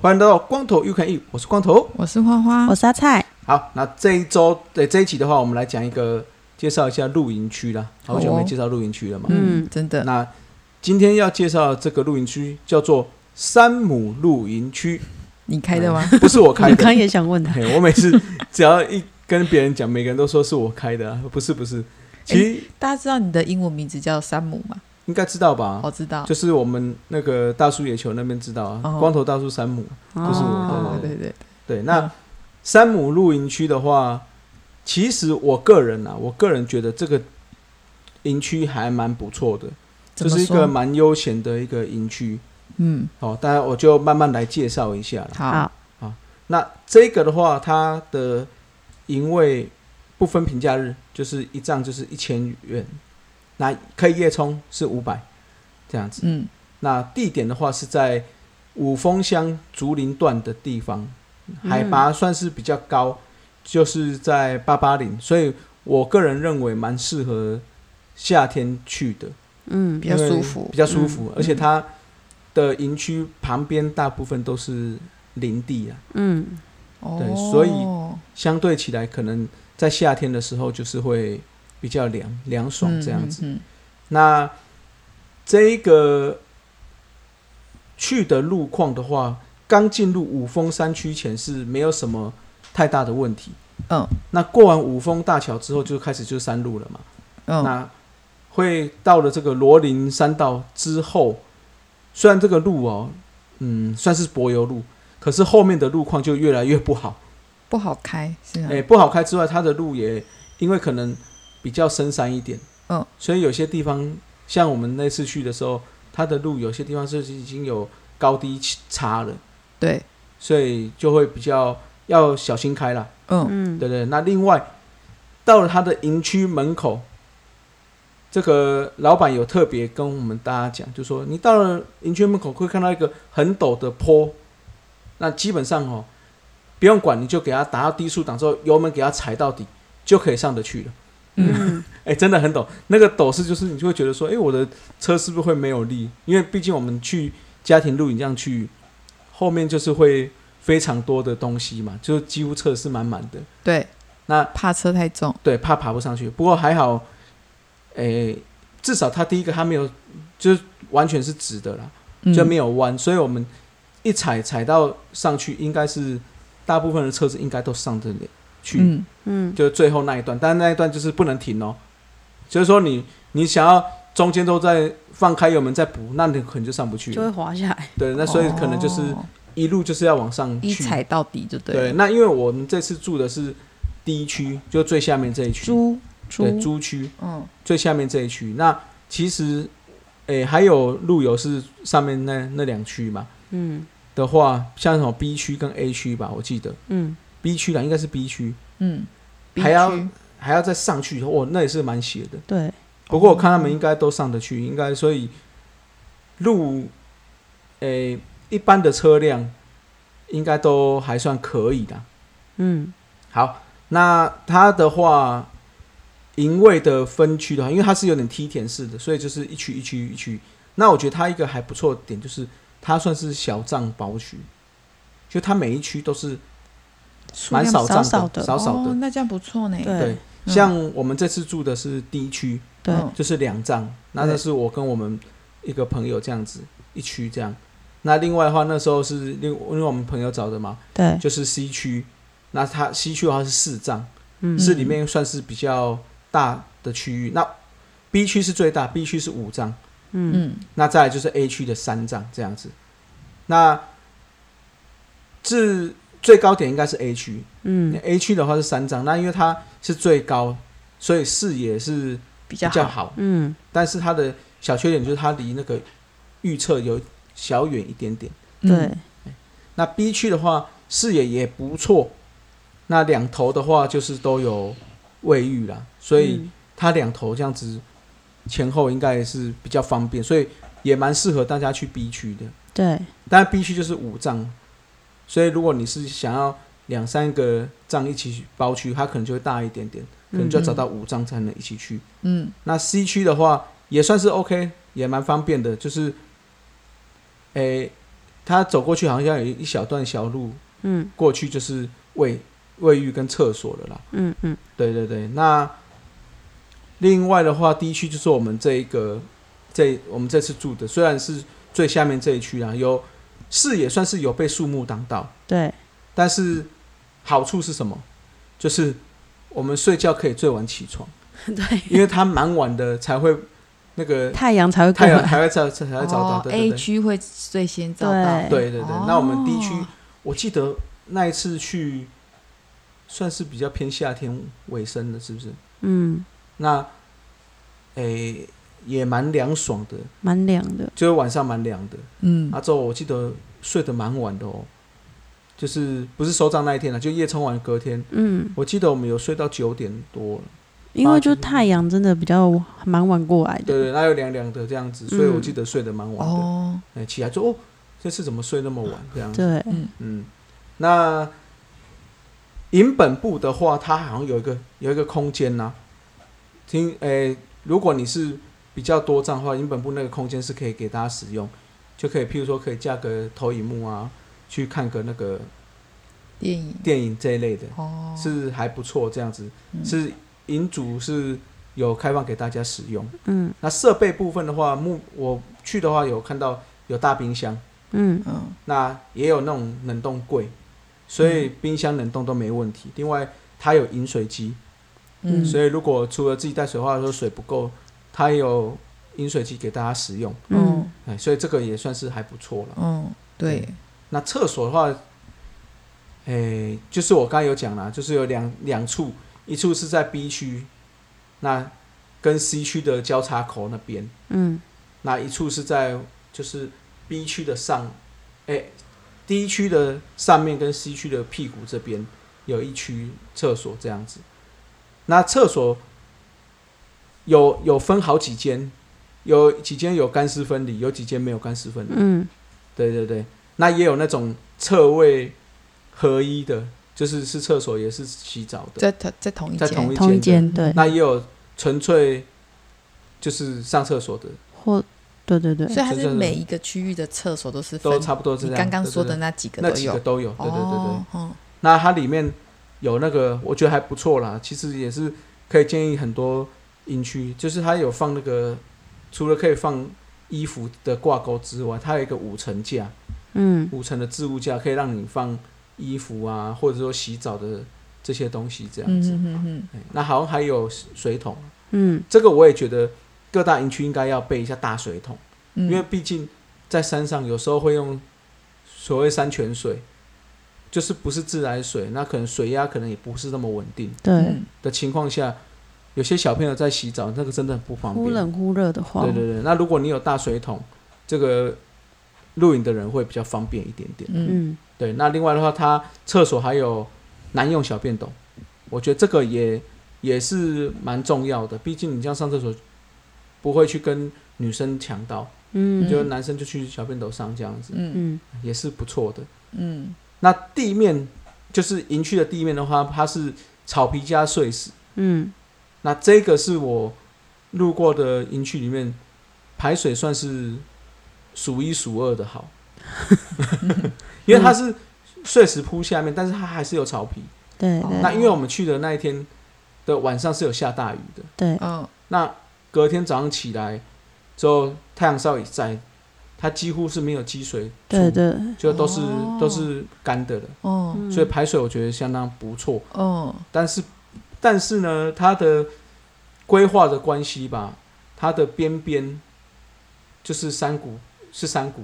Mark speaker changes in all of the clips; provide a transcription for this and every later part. Speaker 1: 欢迎来到光头 You Can Eat，我是光头。
Speaker 2: 我是花花
Speaker 1: 哦
Speaker 3: 我，是阿哦菜，
Speaker 1: 好，那这一周对这一期的话，我们来讲一个介绍一下露营区啦。好久
Speaker 2: 好哦
Speaker 1: 没介绍露营区了嘛？
Speaker 2: 嗯，真的，
Speaker 1: 那今天要介绍的这个露营区叫做山姆露营区，
Speaker 2: 你开的吗？
Speaker 1: 不是我开
Speaker 3: 我刚
Speaker 1: 的。
Speaker 3: 也想问他，
Speaker 1: 嘿我每次只要一跟别人讲，每个人都说是我开的、啊，不是不是，其实
Speaker 2: 大家知道你的英文名字叫山姆吗？
Speaker 1: 应该知道吧？
Speaker 2: 哦我知道，
Speaker 1: 哦就是我们那个大叔野球那边知道啊，
Speaker 2: 哦
Speaker 1: 光头大叔山姆。
Speaker 3: 哦
Speaker 1: 就是
Speaker 2: 哦
Speaker 1: 我，
Speaker 2: 对对，
Speaker 1: 对，那、
Speaker 2: 嗯
Speaker 1: 山姆露营区的话，其实我个人啊，我个人觉得这个营区还蛮不错的，
Speaker 2: 怎
Speaker 1: 这
Speaker 2: 么
Speaker 1: 是一
Speaker 2: 说
Speaker 1: 个蛮悠闲的一个营区。
Speaker 2: 嗯，
Speaker 1: 哦，当然我就慢慢来介绍一下啦。
Speaker 2: 好
Speaker 3: 好，
Speaker 1: 那这个的话，它的营位不分平假日，就是一仗就是一千元，那可以夜冲是五百这样子。
Speaker 2: 嗯，
Speaker 1: 那地点的话是在五峰乡竹林段的地方，
Speaker 3: 嗯
Speaker 1: 海拔算是比较高，就是在八八零，所以我个人认为蛮适合夏天去的，
Speaker 3: 嗯
Speaker 2: 比较
Speaker 1: 因为
Speaker 2: 舒服嗯
Speaker 1: 比较舒服，而且它的营区旁边大部分都是林地啊，
Speaker 3: 嗯，
Speaker 2: 哦，
Speaker 1: 对所以相对起来可能在夏天的时候就是会比较凉凉爽这样子。
Speaker 2: 嗯，嗯嗯
Speaker 1: 那这一个去的路况的话，刚进入五峰山区前是没有什么太大的问题。
Speaker 2: 嗯，
Speaker 1: 那过完五峰大桥之后，就开始就是山路了嘛。
Speaker 2: 嗯，
Speaker 1: 那会到了这个罗林山道之后，虽然这个路哦，嗯，算是柏油路，可是后面的路况就越来越不好。
Speaker 2: 不好开是啊
Speaker 1: 哎、，不好开之外，它的路也因为可能比较深山一点，
Speaker 2: 嗯，
Speaker 1: 所以有些地方像我们那次去的时候，它的路有些地方是已经有高低起差了，
Speaker 2: 对，
Speaker 1: 所以就会比较要小心开啦，
Speaker 2: 嗯，
Speaker 3: 嗯，
Speaker 1: 对不对？那另外到了它的营区门口，这个老板有特别跟我们大家讲，就说你到了营区门口会看到一个很陡的坡，那基本上哦，不用管，你就给它打到低速档之后，油门给它踩到底，就可以上得去了。
Speaker 3: 嗯，
Speaker 1: 哎、真的很陡，那个陡是就是你就会觉得说，哎、我的车是不是会没有力？因为毕竟我们去家庭露营这样去，后面就是会非常多的东西嘛，就几乎车是满满的。
Speaker 2: 对，
Speaker 1: 那
Speaker 2: 怕车太重，
Speaker 1: 对，怕爬不上去。不过还好，诶、至少它第一个它没有，就是完全是直的啦，
Speaker 2: 嗯
Speaker 1: 就没有弯，所以我们一踩踩到上去，应该是大部分的车子应该都上得了去，
Speaker 2: 嗯，
Speaker 3: 嗯，
Speaker 1: 就是最后那一段，但是那一段就是不能停哦。所以说你你想要中间都在放开油门再补，那你可能就上不去
Speaker 3: 就
Speaker 1: 了
Speaker 3: 会滑下来，
Speaker 1: 对，那所以可能就是
Speaker 2: 哦
Speaker 1: 一路就是要往上去。
Speaker 2: 一踩到底就对
Speaker 1: 对，
Speaker 2: 了，
Speaker 1: 那因为我们这次住的是第一区，就最下面这一区，
Speaker 2: 猪
Speaker 1: 对，
Speaker 2: 猪，
Speaker 1: 租区。
Speaker 2: 嗯，
Speaker 1: 最下面这一区。那其实，诶、还有路由是上面那那两区嘛
Speaker 3: 嗯
Speaker 1: 的话，像什么 B 区跟 A 区吧，我记得
Speaker 3: 嗯，
Speaker 1: B 区啦，应该是 B 区，
Speaker 2: 嗯，
Speaker 1: 还要
Speaker 2: B 区
Speaker 1: 还要再上去，哦，那也是蛮斜的。
Speaker 3: 对，
Speaker 1: 不过我看他们应该都上得去，应该所以路，诶、一般的车辆应该都还算可以的。
Speaker 3: 嗯
Speaker 1: 好，那它的话，营位的分区的话，因为它是有点梯田式的，所以就是一区一区一区。那我觉得它一个还不错的点就是，它算是小帐包区，就它每一区都是
Speaker 2: 数
Speaker 1: 蛮
Speaker 2: 量
Speaker 1: 少帐
Speaker 3: 少少
Speaker 1: 的，
Speaker 3: 的
Speaker 1: 少少的。
Speaker 2: 哦那这样不错呢，
Speaker 3: 对
Speaker 1: 对，
Speaker 2: 嗯
Speaker 1: 像我们这次住的是第一区，
Speaker 3: 对，
Speaker 2: 嗯
Speaker 1: 就是两帐，那那是我跟我们一个朋友这样子一区这样。那另外的话，那时候是另因为我们朋友找的嘛，
Speaker 3: 对，
Speaker 1: 就是 C 区，那它 C 区的话是四帐。
Speaker 3: 嗯，
Speaker 1: 是里面算是比较大的区域。那 B 区是最大，B 区是五张，
Speaker 3: 嗯
Speaker 2: 嗯，
Speaker 1: 那再来就是 A 区的三张这样子。那至最高点应该是 A 区、
Speaker 3: 嗯
Speaker 1: a 区的话是三张，那因为它是最高，所以视野是
Speaker 2: 比
Speaker 1: 比
Speaker 2: 较
Speaker 1: 较
Speaker 2: 好，
Speaker 1: 好，
Speaker 3: 嗯
Speaker 1: 但是它的小缺点就是它离那个预测有小远一点点。
Speaker 2: 嗯
Speaker 3: 对，，
Speaker 1: 那 B 区的话视野也不错，那两头的话就是都有卫浴啦，所以、
Speaker 3: 嗯
Speaker 1: 它两头这样子前后应该也是比较方便，所以也蛮适合大家去 B 区的。
Speaker 3: 对，
Speaker 1: 当然 B 区就是五藏，所以如果你是想要两三个藏一起包区，它可能就会大一点点，
Speaker 3: 嗯
Speaker 1: 可能就要找到五藏才能一起去。
Speaker 2: 嗯，
Speaker 1: 那 C 区的话也算是 OK，也蛮方便的，就是，诶、他走过去好像有一小段小路，
Speaker 3: 嗯
Speaker 1: 过去就是卫卫浴跟厕所了啦。
Speaker 3: 嗯嗯，
Speaker 1: 对对对，那另外的话，第一区就是我们这一个这我们这次住的，虽然是最下面这一区啦，有视野算是有被树木挡到，
Speaker 3: 对，
Speaker 1: 但是好处是什么？就是我们睡觉可以最晚起 床，
Speaker 3: 对，
Speaker 1: 因为它蛮晚的才会那 个
Speaker 3: 太阳才会过
Speaker 1: 太阳
Speaker 3: 来，
Speaker 1: 才会找才会找到，
Speaker 2: 哦
Speaker 1: 对对
Speaker 2: A
Speaker 1: 对。
Speaker 2: 区会最先找到，
Speaker 1: 对对对
Speaker 2: 哦
Speaker 1: 那我们 D 区我记得那一次去算是比较偏夏天尾声的，是不是？
Speaker 3: 嗯，
Speaker 1: 那，诶、也蛮凉爽的，
Speaker 3: 蛮凉的，
Speaker 1: 就是晚上蛮凉的。啊
Speaker 2: 嗯
Speaker 1: 阿、之后我记得睡得蛮晚的哦，就是不是收账那一天啊了，就夜冲完隔天，
Speaker 3: 嗯，
Speaker 1: 我记得我们有睡到九点多了，
Speaker 3: 因为就
Speaker 1: 八九点
Speaker 3: 太阳真的比较蛮晚过来
Speaker 1: 对
Speaker 3: 的，
Speaker 1: 对，那又凉凉的这样子，所以我记得睡得蛮晚的。哎、
Speaker 2: 哦，
Speaker 1: 起来就哦，这次怎么睡那么晚这样子？
Speaker 3: 对，
Speaker 2: 嗯
Speaker 1: 嗯，那银本部的话，它好像有一个有一个空间呐、听，诶、如果你是比较多账的话，银本部那个空间是可以给大家使用，就可以，譬如说可以架个投影幕啊，去看个那个
Speaker 2: 电影
Speaker 1: 电影这一类的，
Speaker 2: 哦，
Speaker 1: 是还不错。这样子
Speaker 2: 嗯
Speaker 1: 是银主是有开放给大家使用。
Speaker 3: 嗯
Speaker 1: 那设备部分的话，目我去的话有看到有大冰箱。
Speaker 3: 嗯
Speaker 2: 嗯
Speaker 1: 那也有那种冷冻柜，所以冰箱冷冻都没问题。另外，它有饮水机，
Speaker 2: 嗯，
Speaker 1: 所以如果除了自己带水话说水不够，它也有饮水机给大家使用。
Speaker 3: 嗯
Speaker 2: 嗯
Speaker 1: 哎，所以这个也算是还不错了。
Speaker 2: 嗯对，
Speaker 1: 那厕所的话，哎、就是我刚才有讲啦，就是有两两处，一处是在 B 区，那跟 C 区的交叉口那边，
Speaker 3: 嗯
Speaker 1: 那一处是在就是 B 区的上，哎、d 区的上面跟 C 区的屁股这边有一区厕所这样子。那厕所有有分好几间，有几间有干湿分离，有几间没有干湿分离。
Speaker 3: 嗯
Speaker 1: 对对对，那也有那种厕位合一的，就是是厕所也是洗澡的，
Speaker 2: 在同在同一
Speaker 1: 在
Speaker 2: 间，
Speaker 1: 同一
Speaker 3: 同一
Speaker 1: 间的。
Speaker 3: 间对，
Speaker 1: 那也有纯粹就是上厕所的，
Speaker 3: 或对对对，
Speaker 2: 所以它
Speaker 1: 就是是
Speaker 2: 每一个区域的厕所都是
Speaker 1: 都
Speaker 2: 分，
Speaker 1: 差不多是
Speaker 2: 你
Speaker 1: 这样。
Speaker 2: 刚刚
Speaker 1: 对对
Speaker 2: 说
Speaker 1: 对
Speaker 2: 的那几个
Speaker 1: 那
Speaker 2: 都
Speaker 1: 几
Speaker 2: 有
Speaker 1: 个，都有，对对对对。
Speaker 2: 哦，嗯
Speaker 1: 那它里面有那个，我觉得还不错啦，其实也是可以建议很多营区，就是它有放那个，除了可以放衣服的挂钩之外，它有一个五层架，
Speaker 3: 嗯
Speaker 1: 五层的置物架可以让你放衣服啊，或者说洗澡的这些东西这样
Speaker 2: 嗯
Speaker 1: 子。
Speaker 2: 嗯嗯嗯，
Speaker 1: 哎那好像还有水桶，
Speaker 3: 嗯
Speaker 1: 这个我也觉得各大营区应该要备一下大水桶。
Speaker 2: 嗯
Speaker 1: 因为毕竟在山上有时候会用所谓山泉水，就是不是自来水，那可能水压可能也不是那么稳定
Speaker 3: 对，
Speaker 1: 的情况下，有些小朋友在洗澡，那个真的很不方
Speaker 3: 忽
Speaker 1: 便。
Speaker 3: 冷忽热的话，
Speaker 1: 对对对，那如果你有大水桶，这个露营的人会比较方便一点点。
Speaker 2: 嗯
Speaker 3: 嗯
Speaker 1: 对，那另外的话，它厕所还有男用小便斗，我觉得这个也也是蛮重要的，毕竟你这样上厕所不会去跟女生抢到。
Speaker 3: 嗯
Speaker 1: 就男生就去小便斗上这样子，
Speaker 2: 嗯
Speaker 3: 嗯
Speaker 1: 也是不错的。
Speaker 2: 嗯
Speaker 1: 那地面就是营区的地面的话，它是草皮加碎石。
Speaker 3: 嗯
Speaker 1: 那这个是我路过的营区里面排水算是数一数二的 好，因为它是碎石铺下面，但是它还是有草皮。
Speaker 3: 对
Speaker 2: 哦
Speaker 1: 那
Speaker 3: 对
Speaker 1: 因为我们去的那一天的晚上是有下大雨的，
Speaker 3: 对，
Speaker 2: 嗯
Speaker 1: 那隔天早上起来之后，太阳照一晒，它几乎是没有积水处
Speaker 3: 对对，
Speaker 1: 就都是、
Speaker 2: 哦
Speaker 1: 都是干的了，
Speaker 2: 哦
Speaker 3: 嗯
Speaker 1: 所以排水我觉得相当不错。
Speaker 2: 哦
Speaker 1: 但是但是呢，它的规划的关系吧，它的边边就是山谷是山谷，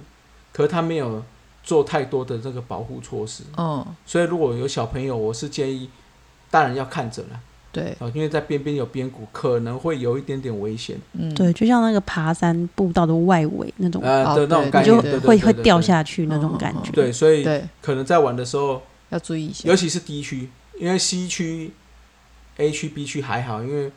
Speaker 1: 可是它没有做太多的这个保护措施，
Speaker 2: 哦，
Speaker 1: 所以如果有小朋友，我是建议大人要看着了
Speaker 2: 对，
Speaker 1: 啊，因为在边边有边谷，可能会有一点点危险，
Speaker 2: 嗯
Speaker 3: 对，就像那个爬山步道的外围那种，
Speaker 1: 呃
Speaker 2: 哦
Speaker 1: 的那种
Speaker 2: 对
Speaker 1: 概
Speaker 3: 你
Speaker 1: 念，
Speaker 3: 就
Speaker 1: 对对
Speaker 3: 会
Speaker 1: 对
Speaker 3: 会
Speaker 1: 对
Speaker 3: 掉
Speaker 1: 对
Speaker 3: 下去那
Speaker 2: 嗯
Speaker 3: 种
Speaker 2: 嗯
Speaker 3: 感
Speaker 2: 嗯
Speaker 3: 觉。
Speaker 1: 对，所以
Speaker 2: 对，
Speaker 1: 可能在玩的时候。
Speaker 2: 要注意一下
Speaker 1: 尤，其是 D 区，因为 C 区、A 区、B 区还好，因为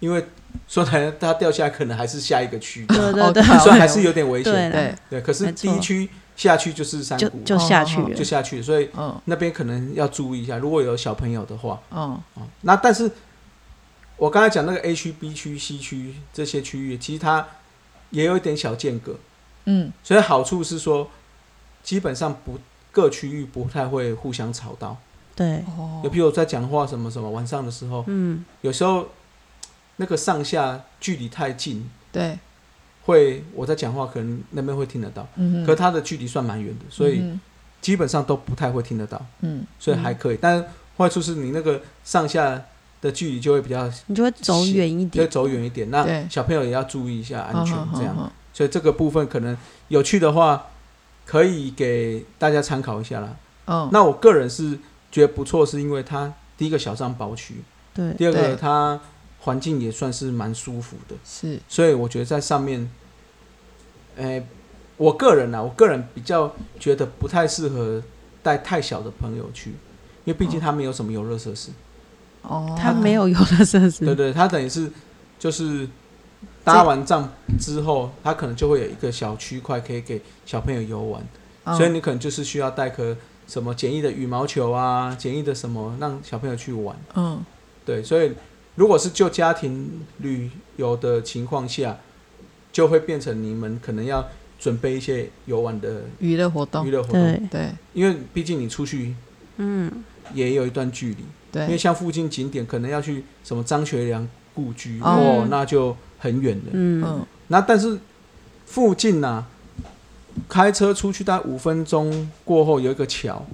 Speaker 1: 因为说难了，它掉下来可能还是下一个区，
Speaker 3: 对对
Speaker 2: 哦
Speaker 3: 对，
Speaker 2: 靠
Speaker 1: 所以还是有点危
Speaker 3: 对
Speaker 1: 险。
Speaker 3: 啦
Speaker 2: 对，
Speaker 1: 对，可是
Speaker 3: 没错
Speaker 1: 第一区下去就是山
Speaker 3: 就
Speaker 1: 谷，
Speaker 3: 就下去
Speaker 2: 哦
Speaker 3: 了
Speaker 1: 嗯就。下去，所以
Speaker 2: 嗯
Speaker 1: 那边可能要注意一下，如果有小朋友的话。
Speaker 2: 嗯，
Speaker 1: 哦，那但是我刚才讲那个 A 区、B 区、C 区这些区域，其实它也有一点小间隔，
Speaker 2: 嗯，
Speaker 1: 所以好处是说，基本上不各区域不太会互相吵到。
Speaker 3: 对，
Speaker 2: 哦
Speaker 1: 就，譬如我在讲话什么什么，晚上的时候，
Speaker 3: 嗯，
Speaker 1: 有时候那个上下距离太近，
Speaker 2: 对，
Speaker 1: 会我在讲话可能那边会听得到，
Speaker 2: 嗯哼，
Speaker 1: 可它的距离算蛮远的，所以
Speaker 2: 嗯
Speaker 1: 基本上都不太会听得到，
Speaker 2: 哼，嗯，
Speaker 1: 所以还可以。但坏处是你那个上下的距离就会比较
Speaker 3: 你就会走
Speaker 1: 是
Speaker 3: 远一
Speaker 1: 要
Speaker 3: 点。
Speaker 1: 走远一点。
Speaker 2: 对
Speaker 1: 那小朋友也要注意一下安全
Speaker 2: 嗯，
Speaker 1: 这样。
Speaker 2: 嗯
Speaker 1: 所以这个部分可能有趣的话，可以给大家参考一下啦。
Speaker 2: 嗯，
Speaker 1: 那我个人是觉得不错，是因为它第一个小商保区，
Speaker 3: 对，
Speaker 1: 第二
Speaker 2: 对
Speaker 1: 个它环境也算是蛮舒服的，
Speaker 2: 是，
Speaker 1: 所以我觉得在上面，诶、我个人啊，我个人比较觉得不太适合带太小的朋友去，因为毕竟它没有什么游乐设施。
Speaker 2: 哦，
Speaker 3: 它没，有游乐设施。
Speaker 1: 嗯对对，它等于是就是搭完帐之后，它可能就会有一个小区块可以给小朋友游玩，
Speaker 2: 哦嗯
Speaker 1: 所以你可能就是需要带个什么简易的羽毛球啊，简易的什么让小朋友去玩。
Speaker 2: 嗯，
Speaker 1: 对，所以如果是就家庭旅游的情况下，就会变成你们可能要准备一些游玩的
Speaker 2: 娱乐活动
Speaker 1: 娱，乐活动，
Speaker 3: 对，
Speaker 2: 对
Speaker 1: 因为毕竟你出去
Speaker 3: 嗯，
Speaker 1: 也有一段距离。因为
Speaker 2: 对，
Speaker 1: 像附近景点可能要去什么张学良故居
Speaker 2: 哦
Speaker 1: 哦那就很远了。
Speaker 3: 嗯，
Speaker 2: 嗯，
Speaker 1: 那但是附近呐、开车出去大概五分钟过后有一个桥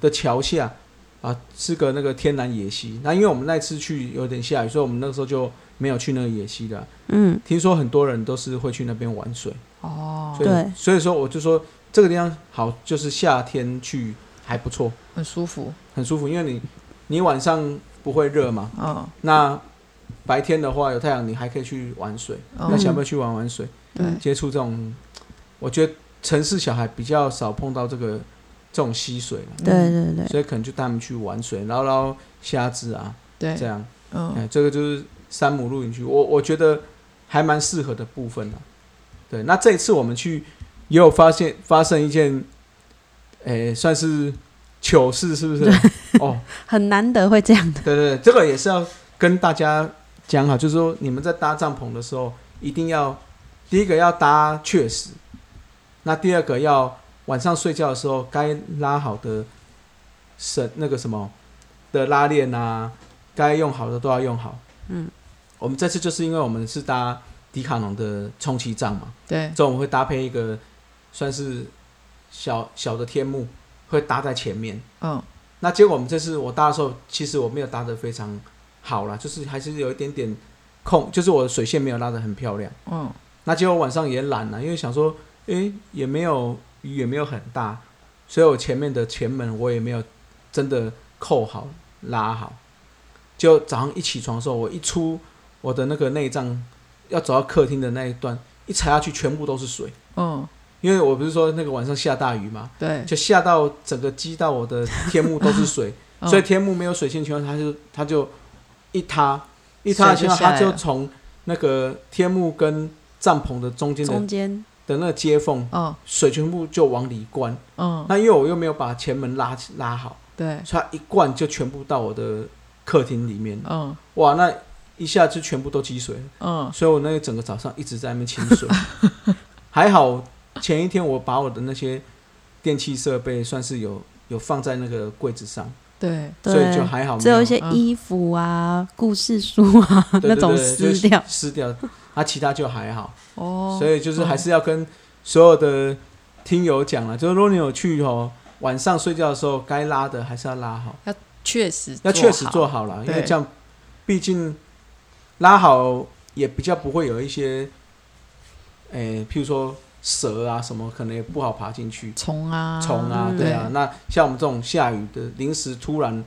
Speaker 1: 的桥下啊，是个那个天然野溪。那因为我们那次去有点下雨，所以我们那时候就没有去那个野溪的。
Speaker 3: 嗯，
Speaker 1: 听说很多人都是会去那边玩水，
Speaker 2: 哦
Speaker 1: 所，以
Speaker 3: 对
Speaker 1: 所以说我就说这个地方好，就是夏天去还不错，
Speaker 2: 很舒服，
Speaker 1: 很舒服，因为你你晚上不会热嘛，
Speaker 2: 嗯，
Speaker 1: 那白天的话有太阳，你还可以去玩水，
Speaker 2: 嗯
Speaker 1: 那小朋友嗯去玩玩水，
Speaker 2: 对，
Speaker 1: 接触这种，我觉得城市小孩比较少碰到这个这种溪水嘛，
Speaker 3: 对对对，
Speaker 1: 所以可能就带他们去玩水，捞捞虾子啊，这
Speaker 2: 对，
Speaker 1: 样，哎、
Speaker 2: 嗯，
Speaker 1: 这个就是山姆露营区，我我觉得还蛮适合的部分啊。对，那这一次我们去也有发现发生一件，诶、算是糗事，是不 是？哦，
Speaker 3: 很难得会这样的。
Speaker 1: 对对，对，这个也是要跟大家讲好，就是说你们在搭帐篷的时候，一定要第一个要搭确实，那第二个要晚上睡觉的时候该拉好的绳那个什么的拉链啊，该用好的都要用好。
Speaker 3: 嗯，
Speaker 1: 我们这次就是因为我们是搭迪卡侬的充气帐嘛，
Speaker 2: 对，
Speaker 1: 之后我们会搭配一个算是小小的天幕，会搭在前面。
Speaker 2: 嗯，
Speaker 1: 那结果我们这次我搭的时候，其实我没有搭的非常好啦，就是还是有一点点空，就是我的水线没有拉的很漂亮。
Speaker 2: 嗯，
Speaker 1: 那结果晚上也懒了，因为想说，诶、也没有雨也没有很大，所以我前面的前门我也没有真的扣好拉好。就早上一起床的时候，我一出我的那个内帐，要走到客厅的那一段，一踩下去全部都是水，
Speaker 2: 嗯，
Speaker 1: 因为我不是说那个晚上下大雨嘛，
Speaker 2: 对，
Speaker 1: 就下到整个击到我的天幕都是水。
Speaker 2: 嗯
Speaker 1: 所以天幕没有水性情况下，它就它就一塌一塌的情况
Speaker 2: 水就下
Speaker 1: 下，
Speaker 2: 来
Speaker 1: 它
Speaker 2: 了
Speaker 1: 就从那个天幕跟帐篷的中间的
Speaker 3: 中间，
Speaker 1: 的那个接缝，
Speaker 2: 嗯
Speaker 1: 水全部就往里灌。
Speaker 2: 嗯，
Speaker 1: 那因为我又没有把前门拉拉好，
Speaker 2: 对，
Speaker 1: 所以它一灌就全部到我的客厅里面。
Speaker 2: 嗯
Speaker 1: 哇，那一下就全部都积水了，
Speaker 2: 嗯，
Speaker 1: 所以我那个整个早上一直在那边清 水。还好前一天我把我的那些电器设备算是有有放在那个柜子上，
Speaker 2: 对，
Speaker 1: 所以就
Speaker 3: 对，
Speaker 1: 还好没。嗯
Speaker 3: 只有一些衣服啊、故 事书啊
Speaker 1: 对
Speaker 3: 那
Speaker 1: 对
Speaker 3: 种
Speaker 1: 对
Speaker 3: 撕
Speaker 1: 就是
Speaker 3: 掉。
Speaker 1: 撕掉，啊，其他就还好。
Speaker 2: 哦，
Speaker 1: 所以就是还
Speaker 2: 嗯
Speaker 1: 是要跟所有的听友讲了，就是如果你有去哦，晚上睡觉的时候该拉的还是要拉好，
Speaker 2: 嗯确实
Speaker 1: 要确实做
Speaker 2: 好，
Speaker 1: 好了，因
Speaker 2: 对
Speaker 1: 为这样，毕竟拉好也比较不会有一些，诶、譬如说蛇啊什么，可能也不好爬进去，
Speaker 2: 虫啊，
Speaker 1: 虫啊，
Speaker 3: 嗯
Speaker 1: 对啊。那像我们这种下雨的，临时突然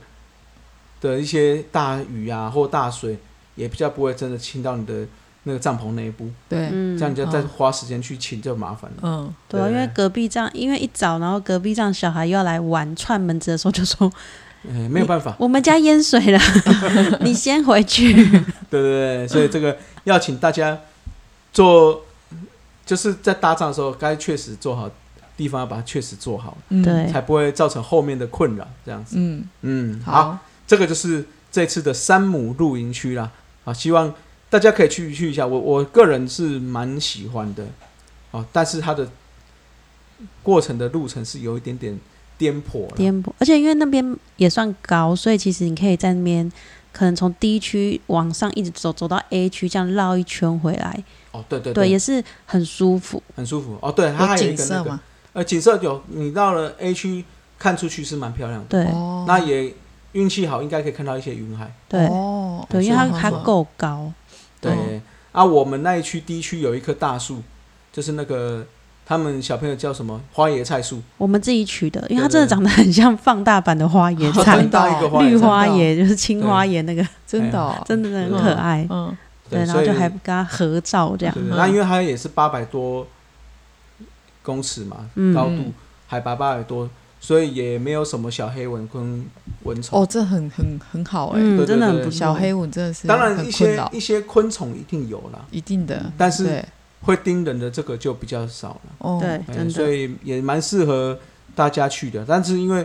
Speaker 1: 的一些大雨啊或大水，也比较不会真的侵到你的那个帐篷内部，
Speaker 2: 对，
Speaker 3: 嗯
Speaker 1: 这样你就再
Speaker 2: 嗯
Speaker 1: 花时间去清就麻烦了。
Speaker 2: 嗯，
Speaker 3: 对啊，因为隔壁这样，因为一早，然后隔壁这样小孩又要来玩串门子的时候，就说：“
Speaker 1: 哎，没有办法，
Speaker 3: 我们家淹水 了，你先回去。
Speaker 1: 对对对，所以这个要请大家做，就是在搭帐的时候，该确实做好地方，要把它确实做好，
Speaker 2: 嗯
Speaker 3: 对
Speaker 1: 才不会造成后面的困扰。这样子，
Speaker 2: 嗯，
Speaker 1: 嗯，好，
Speaker 2: 好，
Speaker 1: 这个就是这次的山姆露营区啦。啊，希望大家可以去去一下，我我个人是蛮喜欢的，哦，但是它的过程的路程是有一点点颠簸啦，
Speaker 3: 颠簸，而且因为那边也算高，所以其实你可以在那边，可能从 D 区往上一直走，走到 A 区，这样绕一圈回来，
Speaker 1: 哦，对对
Speaker 3: 对，也是很舒服。
Speaker 1: 很舒服。哦，对，它
Speaker 2: 有
Speaker 1: 还有一
Speaker 2: 景
Speaker 1: 个那
Speaker 2: 色
Speaker 1: 个，
Speaker 2: 吗？
Speaker 1: 呃，景色有，你到了 A 区看出去是蛮漂亮的。
Speaker 3: 对
Speaker 2: 哦，
Speaker 1: 那也运气好，应该可以看到一些云海。
Speaker 3: 对
Speaker 2: 哦，
Speaker 3: 对，因为它
Speaker 2: 不错
Speaker 3: 它
Speaker 2: 不错
Speaker 3: 够高，
Speaker 1: 对、
Speaker 2: 哦
Speaker 1: 啊，我们那一区第一区有一棵大树，就是那个他们小朋友叫什么花椰菜树，
Speaker 3: 我们自己取的，因为它
Speaker 1: 对对
Speaker 3: 真的长得很像放大版的花椰
Speaker 2: 好
Speaker 3: 菜
Speaker 1: 很，大一个花
Speaker 3: 绿
Speaker 1: 椰菜，
Speaker 3: 花椰就是青花椰那个，
Speaker 2: 真的哦，
Speaker 3: 真的很可爱。
Speaker 2: 嗯，
Speaker 3: 对，然后
Speaker 1: 所以
Speaker 3: 就还跟它合照这样
Speaker 1: 对，
Speaker 2: 嗯
Speaker 1: 对，那因为它也是八百多公尺嘛，
Speaker 3: 嗯
Speaker 1: 高度
Speaker 2: 嗯
Speaker 1: 海拔八百多，所以也没有什么小黑蚊跟蚊虫。
Speaker 2: 哦，这很很很好哎，
Speaker 1: 对对
Speaker 3: 嗯，真的
Speaker 1: 对
Speaker 3: 很不错
Speaker 2: 小黑蚊真的是
Speaker 1: 当然，
Speaker 2: 很
Speaker 1: 一
Speaker 2: 困
Speaker 1: 些
Speaker 2: 扰，
Speaker 1: 一些昆虫一定有啦，
Speaker 2: 一定的，
Speaker 1: 但是
Speaker 2: 对
Speaker 1: 会叮人的这个就比较少了。
Speaker 2: 哦，
Speaker 3: 对，
Speaker 1: 哎
Speaker 3: 真
Speaker 1: 所
Speaker 3: 的，
Speaker 1: 以也蛮适合大家去的。但是因为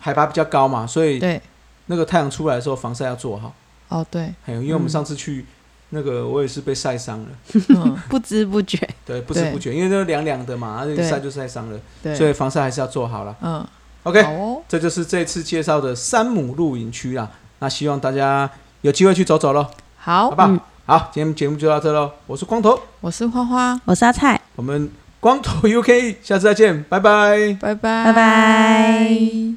Speaker 1: 海拔比较高嘛，所以
Speaker 2: 对，
Speaker 1: 那个太阳出来的时候防晒要做好。
Speaker 2: 哦 对，
Speaker 1: 还有，因为我们
Speaker 3: 嗯
Speaker 1: 上次去那个，我也是被晒伤了，
Speaker 2: 嗯，
Speaker 3: 不知不觉，
Speaker 1: 对，不知
Speaker 2: 对
Speaker 1: 不觉，因为那个凉凉的嘛，那
Speaker 2: 对
Speaker 1: 晒就晒伤了，
Speaker 2: 对，
Speaker 1: 所以防晒还是要做好了。
Speaker 2: 嗯，
Speaker 1: OK，
Speaker 2: 好哦，
Speaker 1: 这就是这次介绍的山姆露营区啦。那希望大家有机会去走走喽，好
Speaker 2: 好，
Speaker 1: 不好？
Speaker 3: 嗯
Speaker 1: 好，今天节目就到这喽，我是光头，
Speaker 2: 我是花花，
Speaker 3: 我是阿菜。
Speaker 1: 我们光头 UK，下次再见，拜拜。
Speaker 2: 拜拜，
Speaker 3: 拜拜